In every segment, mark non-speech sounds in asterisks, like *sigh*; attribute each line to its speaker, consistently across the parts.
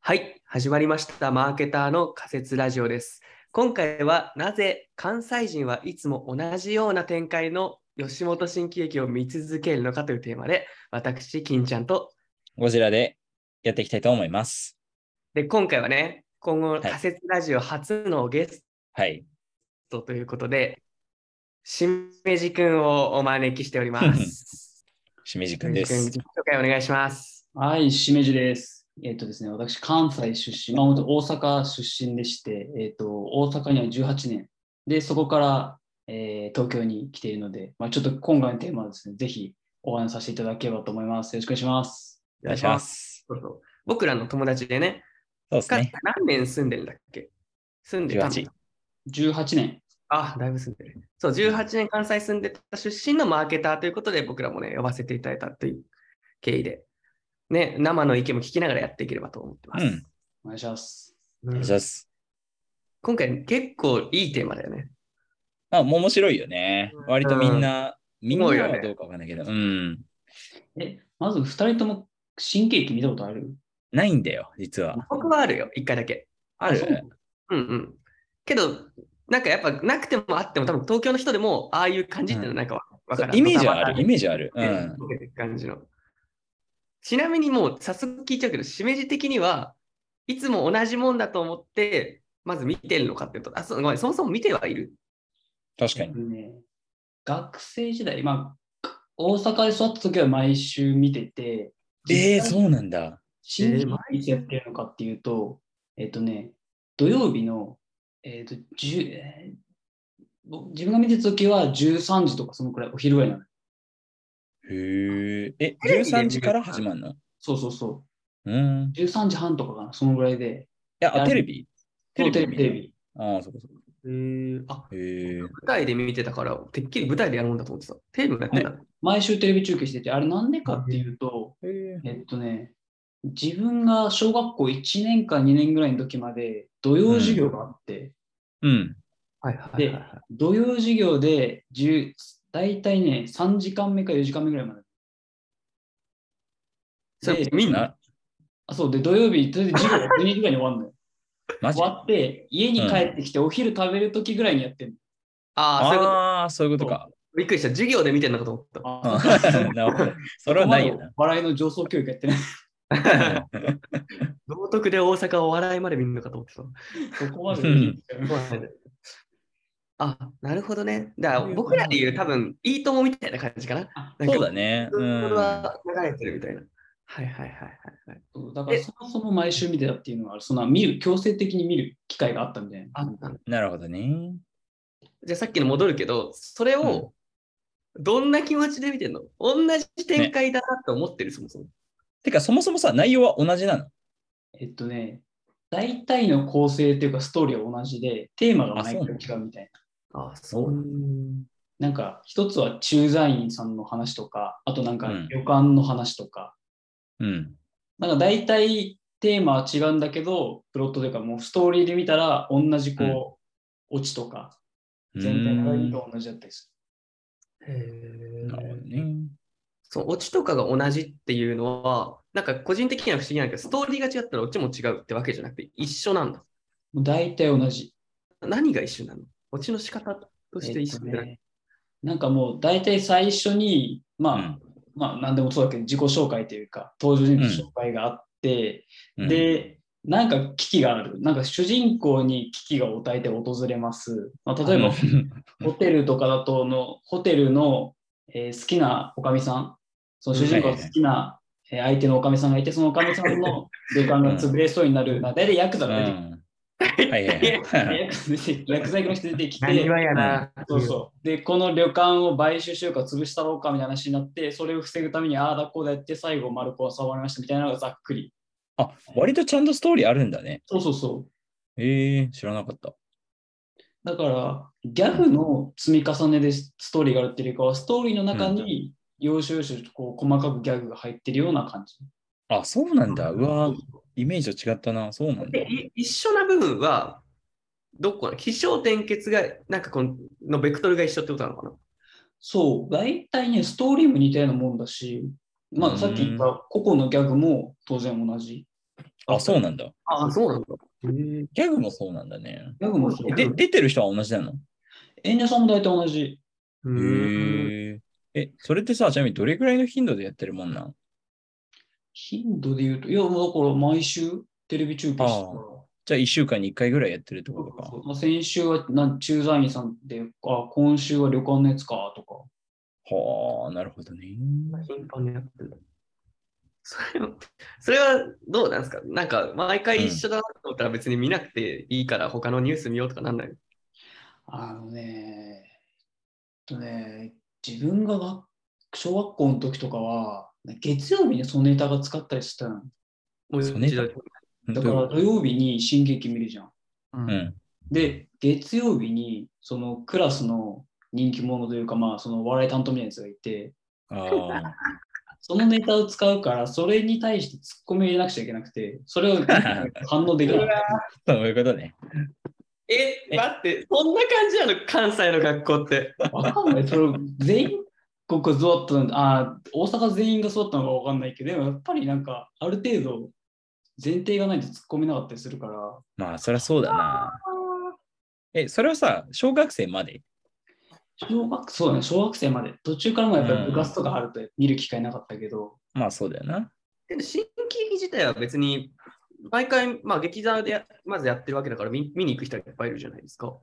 Speaker 1: はい、始まりました。マーケターの仮説ラジオです。今回はなぜ関西人はいつも同じような展開の吉本新喜劇を見続けるのかというテーマで、私、金ちゃんと
Speaker 2: ゴジラでやっていきたいと思います。
Speaker 1: で、今回はね、今後、
Speaker 2: い
Speaker 1: 仮説ラジオ初のゲス
Speaker 2: はい。
Speaker 1: トということで、しめじくんをお招きしております。
Speaker 2: しめじ
Speaker 1: し
Speaker 2: くん
Speaker 1: め
Speaker 2: で
Speaker 1: じくん、
Speaker 2: す
Speaker 1: 自。己紹介お願いします。
Speaker 3: はい、しめじです。えっ、とですね、私、関西出身、まあ、本当大阪出身でして、えっ、と、大阪には18年。で、そこから、えー東京に来ているので、まあ、ちょっと今回のテーマはですね、ぜひお話しさせていただければと思います。よろしくお願いします。
Speaker 2: お願いします。
Speaker 1: そうそう僕らの友達でね、
Speaker 2: そうです
Speaker 1: か
Speaker 2: ね。
Speaker 1: 何年住んでるんだっけ住んでたの
Speaker 2: 18
Speaker 3: 18年。
Speaker 1: あ、だいぶ住んでる。そう、18年関西住んでた出身のマーケターということで、僕らもね、呼ばせていただいたという経緯で、ね、生の意見も聞きながらやっていければと思ってます。
Speaker 2: うん
Speaker 3: お願いします。
Speaker 1: う
Speaker 2: お
Speaker 1: ん
Speaker 2: 願いします。
Speaker 1: 今回結構いいテーマだよね。
Speaker 2: まあ、もう面白いよね。割とみんな、みんな
Speaker 1: そうよ
Speaker 2: は
Speaker 1: ね
Speaker 2: どうかわかんないけど、うん。
Speaker 3: え、まず2人とも新喜劇見たことある
Speaker 2: ないんだよ、実は。
Speaker 1: 僕はあるよ、一回だけ。
Speaker 2: あ
Speaker 3: そうな
Speaker 2: る
Speaker 3: の
Speaker 1: うんうん。けど、なんかやっぱなくてもあっても、多分東京の人でも、ああいう感じっていうのはなんかわわからん。
Speaker 2: イメージは
Speaker 1: また
Speaker 2: あ
Speaker 1: ま
Speaker 2: る、
Speaker 1: た
Speaker 2: イメージはある。う
Speaker 1: ね
Speaker 2: ん。
Speaker 1: そういう感じの。ちなみにもう早速聞いちゃうけど、しめじ的にはいつも同じもんだと思って、まず見てるのかっていうと、あそごめんそもそも見てはいる。
Speaker 2: 確かに。
Speaker 3: ね、学生時代、まあ、大阪で育った時は毎週見てて、
Speaker 2: ええ、そうなんだ。
Speaker 3: 新
Speaker 1: えー
Speaker 3: 規
Speaker 1: 毎
Speaker 3: いつやってるのかっていうと、えっ、とね、土曜日の、えっ、と、10えー僕自分が見てた時は13時とかそのくらい、お昼ぐらいなの。
Speaker 2: へえ。え、
Speaker 1: レビで見る
Speaker 2: 13時から始まるの
Speaker 3: そうそうそ。
Speaker 2: うん。いう
Speaker 3: 13時半とかかな、そのぐらいで。
Speaker 2: や、あテレビ
Speaker 3: そうテレ
Speaker 2: 見
Speaker 3: ビ、
Speaker 2: る
Speaker 3: テレビ。
Speaker 2: ああ、そうかそうか。
Speaker 1: あ
Speaker 2: へえ。
Speaker 1: 舞台で見てたから、てっきり舞台でやるもんだと思ってた。テレビもやってんだ。
Speaker 3: 毎週テレビ中継してて、あれなんでかっていうと、
Speaker 2: へ
Speaker 3: えっとね、自分が小学校1年か2年ぐらいの時まで土曜授業があって、
Speaker 2: うん。
Speaker 1: はいはいはいはい。
Speaker 3: 土曜授業で10大体ね、3時間目か4時間目ぐらいまで。
Speaker 1: それ見んの
Speaker 2: な
Speaker 3: あ、そうで、土曜日、とりあえず授業が12時ぐらいに終わる
Speaker 2: *laughs*
Speaker 3: のよ。
Speaker 2: マジ
Speaker 3: 終わって、家に帰ってきて、お昼食べるときぐらいにやってる
Speaker 1: ああ、そういうこ
Speaker 2: ああ、そういうことか。
Speaker 1: と。びっくりした。授業で見てんのかと思った。
Speaker 3: の。あ
Speaker 2: うん *laughs* なるほど。それはないよな。
Speaker 3: 笑いの上層教育やって
Speaker 2: *laughs*
Speaker 3: ない。
Speaker 1: 道徳で大阪お笑いまで見るのかと思ってた。
Speaker 3: そこまで
Speaker 2: うん
Speaker 3: 見てる。
Speaker 1: あ、なるほどね。だから僕らで言う多分、いいともみたいな感じかな。
Speaker 3: あ
Speaker 1: なんか
Speaker 2: そうだね。
Speaker 1: そうれ
Speaker 2: ん。
Speaker 1: は流れてるみたいな。はいはいはいはいはい。
Speaker 3: そうだから、そもそも毎週見てたっていうのは、そんな見る、強制的に見る機会があったみたい
Speaker 1: あ
Speaker 3: な。
Speaker 1: ったの
Speaker 2: なるほどね。
Speaker 1: じゃあさっきの戻るけど、それをどんな気持ちで見てんの、同じ展開だなって思ってる、そもそも。
Speaker 2: てか、そもそもさ、内容は同じなの。
Speaker 3: えっとね、大体の構成というか、ストーリーは同じで、テーマが毎
Speaker 2: あそ
Speaker 3: 回
Speaker 2: う
Speaker 3: 違うみたい
Speaker 1: あ、
Speaker 2: そうなん
Speaker 3: な。なんか、一つは駐在員さんの話とか、あとなんか
Speaker 2: うん
Speaker 3: 旅館の話とか、
Speaker 2: うん。
Speaker 3: なんか大体テーマは違うんだけど、プロットというか、もうストーリーで見たら、同じこう、オチとか、全体のライン
Speaker 2: なる
Speaker 3: と同じだったりす
Speaker 1: へえ
Speaker 2: ほどね。
Speaker 1: そう、オチとかが同じっていうのは、なんか個人的には不思議なんだけど、ストーリーが違ったらオチも違うってわけじゃなくて、一緒なんだ。
Speaker 3: る。もう大体同じ。
Speaker 1: 何が一緒なのオチの仕方として一緒
Speaker 3: え
Speaker 1: じ
Speaker 3: っ
Speaker 1: ゃ
Speaker 3: と
Speaker 1: ない、
Speaker 3: ねなんかもう大体最初に、まあ、
Speaker 2: うん
Speaker 3: まあ何でもそうだけど、自己紹介というか、登場人物紹介があって、
Speaker 2: うん、
Speaker 3: で、なんか危機がある。なんか主人公に危機がおえて訪れます。まあ、例えば、ホテルとかだとの、ホテルの、えー好きなおかみさん、その主人公が好きな、えー相手のおかみさんがいて、そのおかみさん *laughs* の旅館が潰れそうになる、なんか大体ヤクザ *laughs*
Speaker 2: うん、
Speaker 3: が出てき
Speaker 2: はいはい
Speaker 3: *laughs*
Speaker 2: はい。 *laughs*
Speaker 3: て、ヤクザ役の人出てきて、
Speaker 1: 何はやな。
Speaker 3: そうそう。で、この旅館を買収しようか潰したろうかみたいな話になって、それを防ぐためにああだこうだやって、最後丸子は触りましたみたいなのがざっくり。
Speaker 2: あ、割とちゃんとストーリーあるんだね。
Speaker 3: そうそうそう。
Speaker 2: えー、知らなかった。
Speaker 3: だから、ギャグの積み重ねでストーリーがあるっていうよりかは、ストーリーの中に要所要所こう細かくギャグが入ってるような感じ。
Speaker 2: あ、そうなんだ。うわー、イメージと違ったな。そうなんだ
Speaker 1: で。い一緒な部分は、どこなの起承転結が、なんかこののベクトルが一緒ってことなのかな
Speaker 3: そう、大体ね、ストーリーも似たようなもんだし、ま
Speaker 2: うん
Speaker 3: あ、さっき言った個々のギャグも当然同じ。
Speaker 2: あ、そうなんだ。
Speaker 3: あ
Speaker 1: あ、そうなんだ。へえ
Speaker 2: ギャグもそうなんだね。
Speaker 3: ギャグもそう。
Speaker 2: で、出てる人は同じなの
Speaker 3: 演者さんも大体同じ。
Speaker 1: う
Speaker 2: へ
Speaker 1: ーん
Speaker 2: ーえ、それってさ、ちなみにどれくらいの頻度でやってるもんなん
Speaker 3: 頻度で言うと、いや、もうだから毎週テレビ中継してた
Speaker 2: あ
Speaker 3: か
Speaker 2: じゃあ1週間に1回ぐらいやってるってこ
Speaker 3: ら
Speaker 2: とか。
Speaker 3: まあ、先週はなん駐在員さんで、あ、今週は旅館のやつかとか。
Speaker 2: はあ、なるほどね。
Speaker 1: 頻繁にやってる。それはそれはどうなんですかなんか毎回一緒だなと思ったら別に見なくていいから他のニュース見ようとかなんない
Speaker 3: あのね、えっとね、自分が学小学校の時とかは、月曜日にそのネタが使ったりしてたの。
Speaker 1: もう
Speaker 2: そうね
Speaker 1: 一度
Speaker 3: だから
Speaker 2: 本
Speaker 3: 土曜日に新劇見るじゃん。
Speaker 2: 当うん。
Speaker 3: で、月曜日にそのクラスの人気者というか、まあ、そのお笑い担当みたいなやつがいて、
Speaker 2: あ
Speaker 3: そのネタを使うから、それに対して突っ込みを入れなくちゃいけなくて、それを反応できなかっ
Speaker 2: あ、そういうことね。
Speaker 1: え、待って、そんな感じなの関西の学校って。
Speaker 3: た。わかんない。それ全員ここ座ったのあー大阪全員が座ったのかわかんないけど、でもやっぱりなんか、ある程度、前提がないと突っ込めなかったりするから、
Speaker 2: まあ、そりゃそうだな。え、それはさ、小学生まで
Speaker 3: 小学そうだね、小学生まで、途中からもやっぱり部活とかあると見る機会なかったけど、
Speaker 2: まあ、そうだよな。
Speaker 1: でも新喜劇自体は別に、毎回、まあ、劇団でやまずやってるわけだから見、見に行く人がいっぱいいるじゃないです *clears throat* か。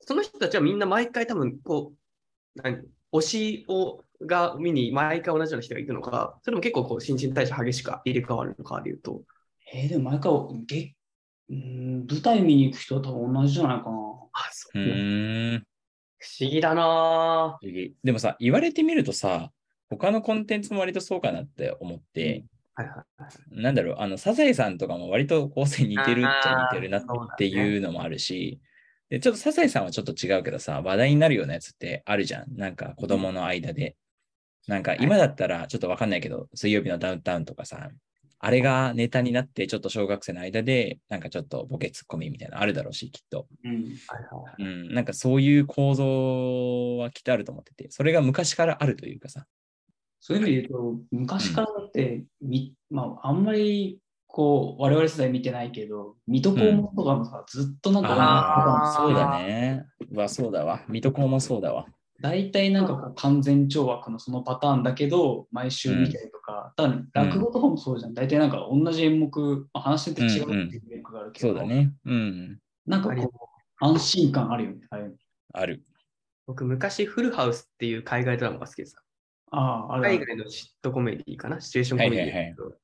Speaker 1: その人たちはみんな毎回多分、こう、何推しをが見に毎回同じような人が行くのか、それとも結構こう新陳代謝激しく入れ替わるのかでいうと、
Speaker 3: えーでも毎回げ、うん、舞台見に行く人は多分同じじゃないかな。
Speaker 1: あそう
Speaker 2: う
Speaker 1: 不思
Speaker 2: ーん。
Speaker 1: 議だなぁ
Speaker 2: でもさ、言われてみるとさ、他のコンテンツも割とそうかなって思って、
Speaker 1: はいはいはい
Speaker 2: なんだろう、あの、サザエさんとかも割と構成似てるっちゃ似てるなっ
Speaker 1: あーそうだね
Speaker 2: ていうのもあるし、でちょっとサザエさんはちょっと違うけどさ、話題になるようなやつってあるじゃん。なんか子供の間で。なんか今だったらちょっとわかんないけど、水曜日のダウンタウンとかさ、あれがネタになって、ちょっと小学生の間で、なんかちょっとボケツッコミみたいなのあるだろうし、きっと。
Speaker 3: うん。
Speaker 1: はいはいはい。
Speaker 2: うん、なんかそういう構造はきっとあると思ってて、それが昔からあるというかさ。
Speaker 3: そういう意味で言うと、昔からだって、みまあ、あんまりこう我々世代見てないけど、水戸黄門とかもさ、ずっとなん
Speaker 1: あ
Speaker 3: か
Speaker 1: ー、
Speaker 2: そうだね。うわ、そうだわ。水戸黄もそうだわ。
Speaker 3: 大体なんかこう完全懲悪のそのパターンだけど、毎週見たりとか、ただ落語とかもそうじゃん。大体なんか同じ演目、まあ、話してて違うっていう演目があるけど、
Speaker 2: そうだね。うん。
Speaker 3: なんかこう、安心感あるよね。ああいうの
Speaker 2: ある。
Speaker 1: 僕、昔、フルハウスっていう海外ドラマが好きです。
Speaker 3: あー、あるあ
Speaker 1: 海
Speaker 3: る。
Speaker 1: 外のシットコメディかな、シチュエーションコメディですけど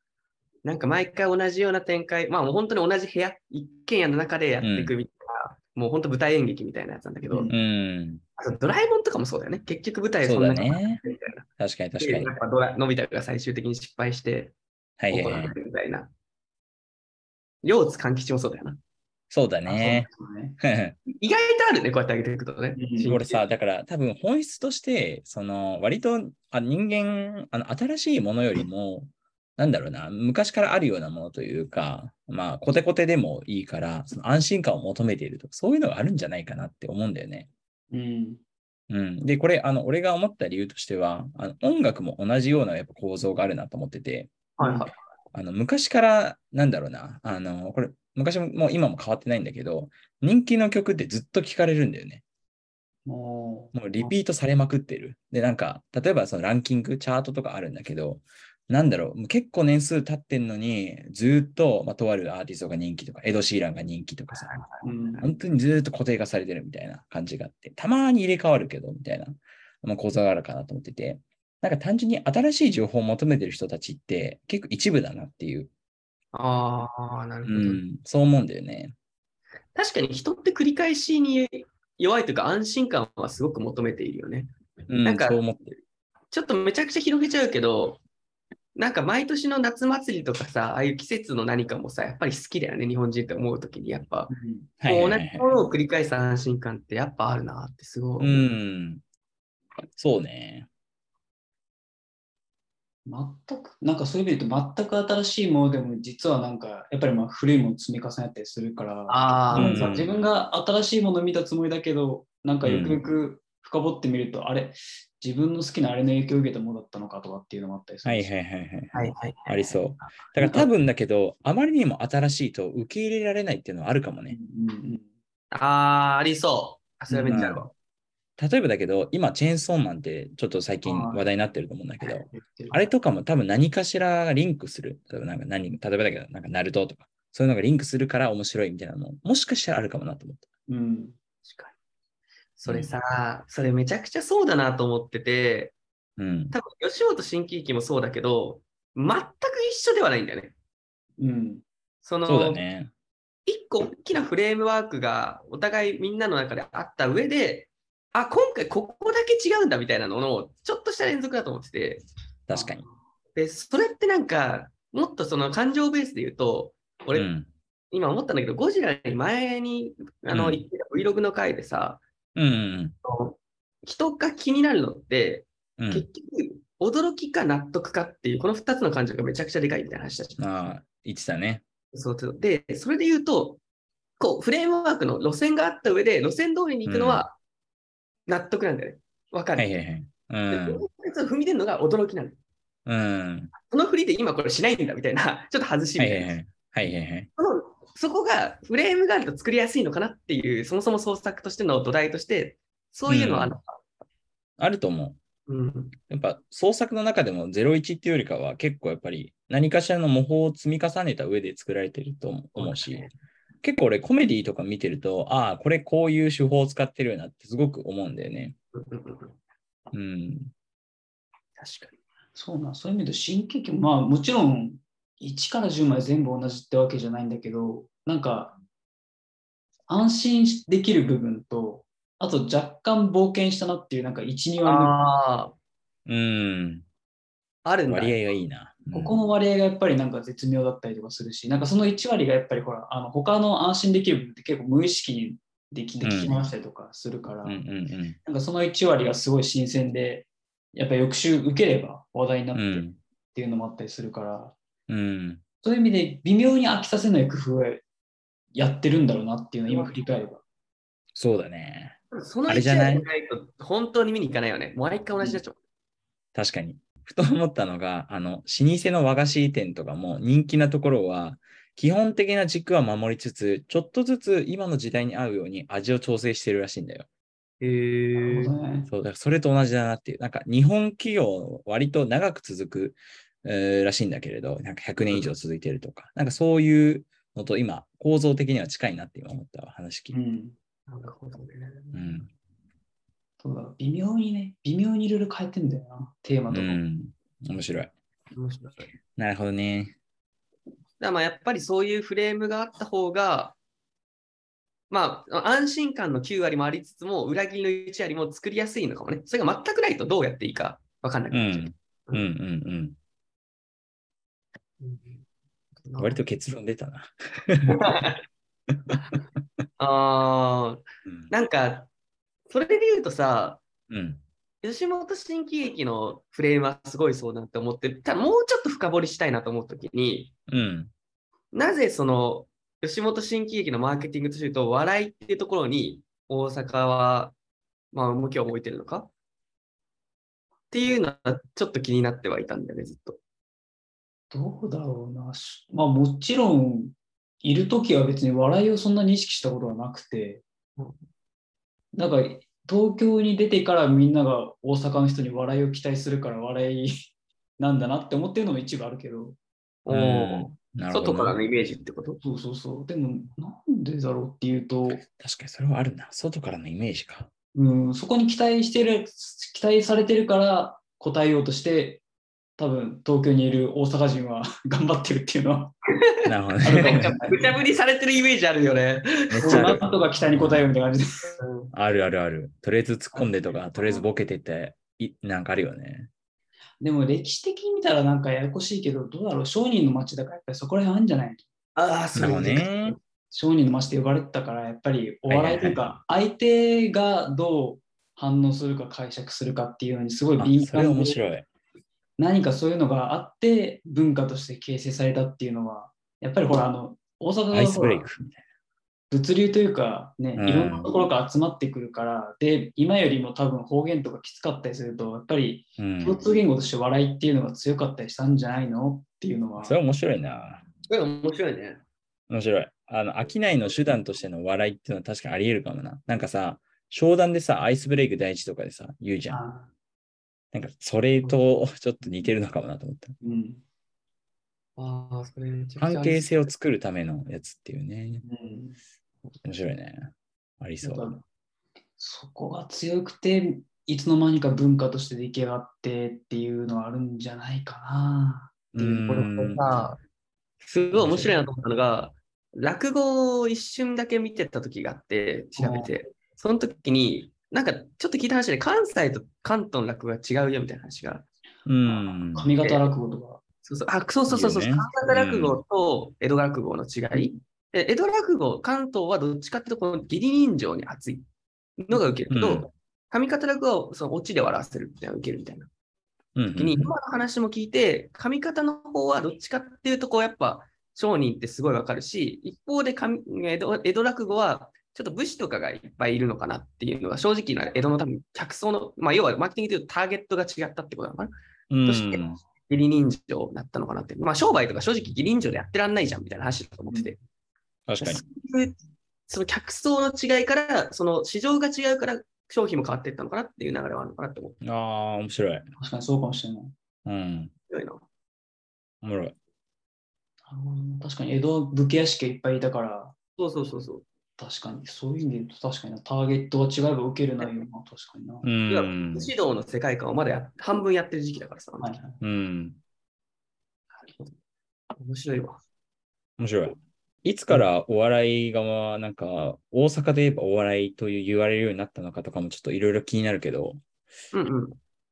Speaker 1: なんか毎回同じような展開、まあもう本当に同じ部屋、一軒家の中でやっていくみたいな、もう本当舞台演劇みたいなやつなんだけど、
Speaker 3: う
Speaker 2: う
Speaker 3: ん
Speaker 2: ん。
Speaker 1: あとドラえもんとかもそうだよね。結局舞台
Speaker 2: そう
Speaker 1: な
Speaker 2: だ
Speaker 1: に
Speaker 2: ね。
Speaker 1: みたいな。
Speaker 2: 確かに確か
Speaker 1: で
Speaker 2: に
Speaker 1: や。っぱドラのび太が最終的に失敗して
Speaker 2: はいはい
Speaker 1: 怒
Speaker 2: は
Speaker 1: られ
Speaker 2: い。
Speaker 1: るみたいな。両津勘吉もそうだよな。
Speaker 2: そうだね。
Speaker 3: あ。そうだね
Speaker 2: *laughs*
Speaker 1: 意外とあるね、こうやってあげていくとね。
Speaker 3: うん
Speaker 2: 俺さ、だから多分本質として、その割とあ人間、あの新しいものよりも、なんだろうな、昔からあるようなものというか、まあ、コテコテでもいいから、その安心感を求めているとか、そういうのがあるんじゃないかなって思うんだよね。
Speaker 3: うん。
Speaker 2: うん、で、これ、あの、俺が思った理由としては、あの音楽も同じようなやっぱ構造があるなと思ってて、
Speaker 1: はいはい。
Speaker 2: あの昔から、なんだろうな、あの、これ、昔ももう今も変わってないんだけど、人気の曲ってずっと聴かれるんだよね。
Speaker 3: もう
Speaker 2: もうリピートされまくってる。で、なんか、例えばそのランキング、チャートとかあるんだけど、なんだろう、もう結構年数経ってんのに、ずーっと、まあ、とあるアーティストが人気とか、エド・シーランが人気とかさ、
Speaker 3: うん
Speaker 2: 本当にずーっと固定化されてるみたいな感じがあって、たまーに入れ替わるけど、みたいな、まあ、構造があるかなと思ってて、なんか単純に新しい情報を求めてる人たちって結構一部だなっていう、
Speaker 1: ああ、なる
Speaker 2: う
Speaker 1: ほど。
Speaker 2: ん、そう思うんだよね。
Speaker 1: 確かに人って繰り返しに弱いというか安心感はすごく求めているよね。
Speaker 2: うん、
Speaker 1: なんか
Speaker 2: そう思ってる。
Speaker 1: ちょっとめちゃくちゃ広げちゃうけど、なんか毎年の夏祭りとかさ、ああいう季節の何かもさ、やっぱり好きだよね、日本人って思うときに、やっぱ、
Speaker 3: うん
Speaker 2: はい
Speaker 1: こ
Speaker 2: はいはいは
Speaker 1: う
Speaker 2: い
Speaker 1: 同じものを繰り返す安心感ってやっぱあるなってすごい。
Speaker 2: うん。そうね。
Speaker 3: 全く、なんかそういう意味で言うと、全く新しいものでも、実はなんか、やっぱりまあ古いもの積み重ねたりするから、
Speaker 1: ああ、
Speaker 2: う
Speaker 3: なん
Speaker 2: ん
Speaker 3: か自分が新しいものを見たつもりだけど、なんかよくよく深掘ってみると、あれ、自分の好きなあれの影響を受けたものだったのかとかっていうのもあったりす
Speaker 2: は
Speaker 3: る
Speaker 2: い
Speaker 3: し
Speaker 2: はいはいはい。
Speaker 1: はいはい。
Speaker 2: ありそう。だから多分だけど、あまりにも新しいと受け入れられないっていうのはあるかもね。
Speaker 3: うんうんうん
Speaker 1: あー、ありそう。あそれはめっちゃあるわ。
Speaker 2: 例えばだけど、今、チェーンソーマンってちょっと最近
Speaker 3: はい
Speaker 2: 話題になってると思うんだけど、
Speaker 3: 言ってる
Speaker 2: あれとかも多分何かしらリンクする。例えばなんか何例えばだけど、なんかナルトとか、そういうのがリンクするから面白いみたいなのも、もしかしたらあるかもなと思って。
Speaker 3: うん。
Speaker 1: 確かに。それさ、それめちゃくちゃそうだなと思ってて、
Speaker 2: うん。
Speaker 1: 多分吉本新喜劇もそうだけど、全く一緒ではないんだよね。
Speaker 3: うん。
Speaker 1: そ
Speaker 2: そうだ
Speaker 1: の、
Speaker 2: ね。
Speaker 1: 一個大きなフレームワークがお互いみんなの中であった上で、あ、今回ここだけ違うんだみたいなのの、ちょっとした連続だと思ってて、
Speaker 2: 確かに。
Speaker 1: で、それってなんか、もっとその感情ベースで言うと、俺、
Speaker 2: うん。
Speaker 1: 今思ったんだけど、ゴジラに前に、あ
Speaker 2: う
Speaker 1: の、
Speaker 2: ん
Speaker 1: 言ってた Vlog の回でさ、
Speaker 2: うんうん
Speaker 1: あの人が気になるのって、
Speaker 2: うん。うん
Speaker 1: 結局、驚きか納得かっていう、この2つの感情がめちゃくちゃでかいみたいな話だし、
Speaker 2: ああ、言ってたね。
Speaker 1: そうそうで、それで言うと、こう、フレームワークの路線があった上で、路線通りに行くのは納得なんだよね。わか
Speaker 2: は
Speaker 1: る。
Speaker 2: いはいはい。う
Speaker 1: で
Speaker 2: ん
Speaker 1: こ。の二つを踏み出るのが驚きなの。
Speaker 2: うん。
Speaker 1: この振りで今これしないんだみたいな、 *laughs* ちょっと外し
Speaker 2: は
Speaker 1: み
Speaker 2: い
Speaker 1: た
Speaker 2: はいい
Speaker 1: な。
Speaker 2: はい。はいはいはい。
Speaker 1: そのそこがフレームがあると作りやすいのかなっていう、そもそも創作としての土台として、そういうのはある、
Speaker 2: あると思う。
Speaker 1: うん、
Speaker 2: やっぱ創作の中でも01っていうよりかは結構やっぱり何かしらの模倣を積み重ねた上で作られてると思思うし、結構俺コメディとか見てると、ああ、これこういう手法を使ってるよなってすごく思うんだよね。
Speaker 1: うんうんうん確か
Speaker 2: うん。
Speaker 1: に。
Speaker 3: そうなん、そういう意味で新喜劇も、まあもちろん1から10まで全部同じってわけじゃないんだけど、なんか安心できる部分と、あと若干冒険したなっていう、なんか1、2割の
Speaker 1: あ
Speaker 2: うん。
Speaker 1: あ、あるんだ。
Speaker 2: 割合がいいな。うん
Speaker 3: ここの割合がやっぱりなんか絶妙だったりとかするし、なんかその1割がやっぱりほら、あの他の安心できる部分って結構無意識にできで
Speaker 2: うん
Speaker 3: 聞き回したりとかするから、
Speaker 2: うんうんうん。
Speaker 3: なんかその1割がすごい新鮮で、やっぱ翌週受ければ話題になっ
Speaker 2: う
Speaker 3: てっ
Speaker 2: ん。
Speaker 3: ていうのもあったりするから、
Speaker 2: うん。
Speaker 3: そういう意味で微妙に飽きさせない工夫をやってるんだろうなっていうのを今振り返れば。
Speaker 2: そうだね。
Speaker 1: その
Speaker 2: あれじゃない
Speaker 1: 一年ないと本当に見に行かないよね。毎回同じだと思
Speaker 2: 確かに。ふと思ったのが、あの、老舗の和菓子店とかも人気なところは、基本的な軸は守りつつ、ちょっとずつ今の時代に合うように味を調整してるらしいんだよ。
Speaker 1: う。へえ。
Speaker 3: なるほどね
Speaker 2: そう、だからそれと同じだなっていう。なんか日本企業割と長く続く、えーらしいんだけれど、なんか100年以上続いてるとか、なんかそういうのと今、構造的には近いなって今思ったわ話聞いて。
Speaker 3: うん。
Speaker 1: なるほどね。
Speaker 2: うん。
Speaker 3: そうだ、微妙にね、微妙にいろいろ変えてんだよな、テーマ
Speaker 2: う
Speaker 3: とか。
Speaker 2: ん。面白い。
Speaker 1: 面白い。だか
Speaker 2: なるほどね。
Speaker 1: らまあやっぱりそういうフレームがあった方が、まあ安心感の9割もありつつも、裏切りの1割も作りやすいのかもね。それが全くないとどうやっていいか分かんなく
Speaker 2: う
Speaker 1: なっちゃう。
Speaker 2: ん。うんうんうん。
Speaker 1: うん
Speaker 2: 割と結論出たな。
Speaker 1: あー
Speaker 2: うん
Speaker 1: なんか、それで言うとさ、
Speaker 2: うん。
Speaker 1: 吉本新喜劇のフレームはすごいそうだなって思って、ただもうちょっと深掘りしたいなと思うときに、
Speaker 2: うん。
Speaker 1: なぜその吉本新喜劇のマーケティングというと、笑いっていうところに大阪は、まあ、向きを向いてるのかっていうのはちょっと気になってはいたんだよね、ずっと。
Speaker 3: どうだろうな。しまあもちろん、いるときは別に笑いをそんなに意識したことはなくて
Speaker 1: うん、
Speaker 3: なんか東京に出てからみんなが大阪の人に笑いを期待するから笑い *laughs* なんだなって思ってるのも一部あるけど、
Speaker 1: おー
Speaker 2: なるほど
Speaker 1: 外からの
Speaker 2: ね。
Speaker 1: イメージってこと
Speaker 3: そうそうそう。でもなんでだろうっていうと、
Speaker 2: 確かにそれはあるな。外からのイメー
Speaker 1: *laughs*
Speaker 2: ジか。
Speaker 3: うん、そこに期待してる、期待されてるから答えようとして、多分東京にいる大阪人は *laughs* 頑張ってるっていうのは、
Speaker 2: なるほど
Speaker 3: あるか
Speaker 2: ね
Speaker 3: も。しれない。
Speaker 1: 無茶ぶりされてるイメージあるよね。
Speaker 2: めっちゃあ
Speaker 3: な
Speaker 2: る。
Speaker 3: んとか期待に応えようみたいな感じで。
Speaker 2: あるあるある。とりあえず突っ込んでとか、とりあえずボケてって、いなんかあるよね。
Speaker 3: でも歴史的に見たらなんかややこしいけど、どうだろう、商人の町だからやっぱりそこら辺あるんじゃない
Speaker 1: ああ、そ
Speaker 2: な
Speaker 1: れ
Speaker 2: るほどね。
Speaker 3: 商人の町って呼ばれてたから、やっぱりお笑いというか、相手がどう反応するか解釈するかっていうのにすごい
Speaker 2: あ
Speaker 3: 敏
Speaker 2: それ
Speaker 3: 感
Speaker 2: 面
Speaker 3: で、
Speaker 2: 白い。
Speaker 3: 何かそういうのがあって、文化として形成されたっていうのは、やっぱりほら、あの、大阪がほら
Speaker 2: アイスブレイクみたい
Speaker 3: 物流というか、ね、
Speaker 2: うん
Speaker 3: いろんなところから集まってくるから、で、今よりも多分方言とかきつかったりすると、やっぱり
Speaker 2: うん
Speaker 3: 共通言語として笑いっていうのが強かったりしたんじゃないのっていうのは
Speaker 2: そ、れ面白いな。
Speaker 1: これ面白いね。
Speaker 2: 面白い。あの、商いの手段としての笑いっていうのは確かにあり得るかもな。なんかさ、商談でさ、アイスブレイク第一とかでさ、言うじゃん。
Speaker 3: あ
Speaker 2: なんか、それとちょっと似てるのかもなと思った。
Speaker 3: うん
Speaker 1: ああ、それめちゃくちゃ
Speaker 2: 関係性を作るためのやつっていうね。
Speaker 3: うん
Speaker 2: 面白いね。ありそ
Speaker 3: なん
Speaker 2: う
Speaker 3: か。そこが強くて、いつの間にか文化として出来上がってっていうのはあるんじゃないかな。
Speaker 2: う
Speaker 1: これ
Speaker 2: ん。
Speaker 1: さ、すごい面白いなと思ったのが、落語を一瞬だけ見てた時があって、調べて、その時に、なんかちょっと聞いた話で、関西と関東の落語が違うよみたいな話が。
Speaker 2: うん。
Speaker 3: 髪型落語とか。
Speaker 1: そうそう、あ、そうそうそうそう、
Speaker 2: いいよね
Speaker 1: 関西落語と江戸落語の違い。で江戸落語、関東はどっちかっていうと、この義理人情に熱いのが受けるけど、
Speaker 2: うん
Speaker 1: 上方落語はそのオチで笑わせるっていうのが受けるみたいな。
Speaker 2: うん
Speaker 1: 時に今の話も聞いて髪型の方はどっちかっていうとこうやっぱ商人ってすごいわかるし一方で上江戸江戸落語はちょっと武士とかがいっぱいいるのかなっていうのが正直な江戸の多分客層の、まあ、要はマーケティングというとターゲットが違ったってことなのかな
Speaker 2: うん
Speaker 1: として義理人情だったのかなって、まあ、商売とか正直義理人情でやってらんないじゃんみたいな話だと思ってて、
Speaker 2: 確かに。
Speaker 1: そういうその客層の違いからその市場が違うから商品も変わっていったのかなっていう流れはあるのかなって思う
Speaker 2: ああ、面白い。
Speaker 3: 確かにそうかもしれない。
Speaker 2: うん。
Speaker 1: 強いな
Speaker 2: おもろい。
Speaker 3: なるほどな確かに江戸武家屋敷がいっぱいいたから、
Speaker 1: そうそうそうそう
Speaker 3: 確かにそういう意味で言うと確かになターゲットが違えば受ける内容が確かにな。
Speaker 2: う
Speaker 1: いや
Speaker 2: ん
Speaker 1: 武。士道の世界観をまだや半分やってる時期だからさ、
Speaker 3: はいはい
Speaker 2: うん。
Speaker 1: 面白いわ。
Speaker 2: 面白い。いつからお笑いが、なんか、大阪で言えばお笑いという言われるようになったのかとかもちょっといろいろ気になるけど、
Speaker 1: うんうん。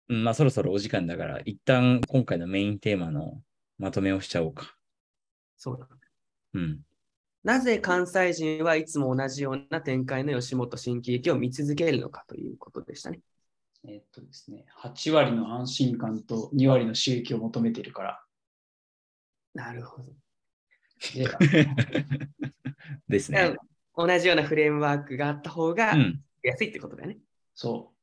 Speaker 2: うんまあそろそろお時間だから、一旦今回のメインテーマのまとめをしちゃおうか。
Speaker 1: そうだ。
Speaker 2: うん。
Speaker 1: なぜ関西人はいつも同じような展開の吉本新喜劇を見続けるのかということでしたね。
Speaker 3: えっとですね、8割の安心感と2割の刺激を求めている
Speaker 2: *laughs*
Speaker 3: から。
Speaker 1: なるほど。
Speaker 3: で
Speaker 2: ですね。
Speaker 1: 同じようなフレームワークがあった方が
Speaker 2: うん。
Speaker 1: 安いってことだよね。
Speaker 3: そう。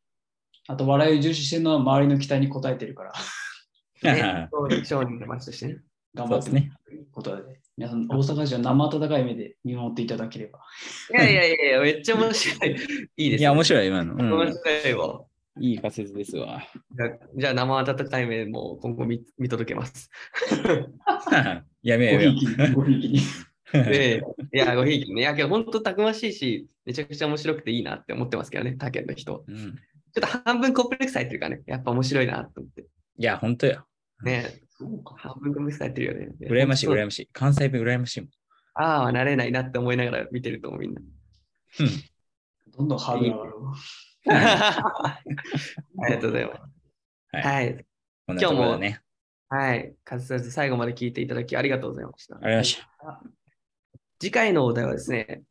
Speaker 3: あと笑いを重視してるのは周りの期待に応えてるから、
Speaker 1: *laughs* ね商人の街としてね。
Speaker 3: 頑
Speaker 2: *laughs* そう
Speaker 3: 張っ
Speaker 2: で
Speaker 3: て
Speaker 2: す
Speaker 3: ね。
Speaker 2: ね。
Speaker 3: ことで、皆さん、大阪人は生温かい目で見守っていただければ。
Speaker 1: いやいやいやいや、めっちゃ面白 *laughs* い。いいですね。
Speaker 2: いや、面白い、今の。う
Speaker 1: 面
Speaker 2: ん
Speaker 1: 白いわ。
Speaker 2: いい仮説ですわ。
Speaker 1: じゃあじゃあ生温かい目も今後見見届け *laughs* ます。
Speaker 2: *laughs* やめ
Speaker 3: ご
Speaker 2: ようよ
Speaker 3: ひい。きに、ごひいきに。
Speaker 1: で、いや、ごひいきね。いや、けど本当たくましいし、めちゃくちゃ面白くていいなって思ってますけどね、他県の人。
Speaker 2: うん
Speaker 1: ちょっと半分コンプレックス入ってるからね、やっぱ面白いなと思って。
Speaker 2: いや、本当よ。
Speaker 1: ね、
Speaker 3: そうか。
Speaker 1: 半分コンプレックス入ってるよね。
Speaker 2: 羨ましい、
Speaker 1: 本当
Speaker 2: 羨ましい。関西弁羨ましいもん。
Speaker 1: ああ、なれないなって思いながら見てると思う、みん
Speaker 2: *laughs*
Speaker 1: な。
Speaker 3: どんどんハードル上がるわ。
Speaker 1: ありがとうございます。
Speaker 2: はい
Speaker 1: はい。
Speaker 2: こんなところだね。
Speaker 1: はい。数々最後まで聞いていただきありがとうございました
Speaker 2: あ。りました。
Speaker 1: 次回のお題はですね、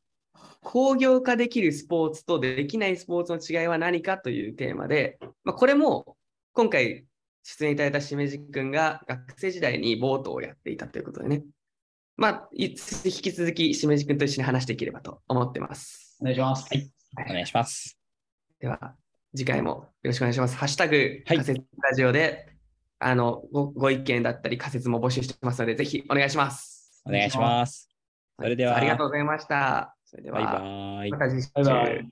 Speaker 1: 工業化できるスポーツとできないスポーツの違いは何かというテーマで、まあ、これも今回出演いただいたしめじくんが学生時代にボートをやっていたということでね、まあ、いつ引き続きしめじくんと一緒に話していければと思ってます
Speaker 3: お。願いします。
Speaker 2: お願いします。
Speaker 1: では、次回もよろしくお願いします。ハッシュタグ、
Speaker 2: はい
Speaker 1: 仮説ラジオで、あのごご意見だったり仮説も募集してますので、ぜひお願いします。
Speaker 2: お願いします。それでは
Speaker 1: ありがとうございました。それで
Speaker 2: バイ
Speaker 1: は
Speaker 2: バーイ
Speaker 1: ま。た次週。
Speaker 3: バイバイ。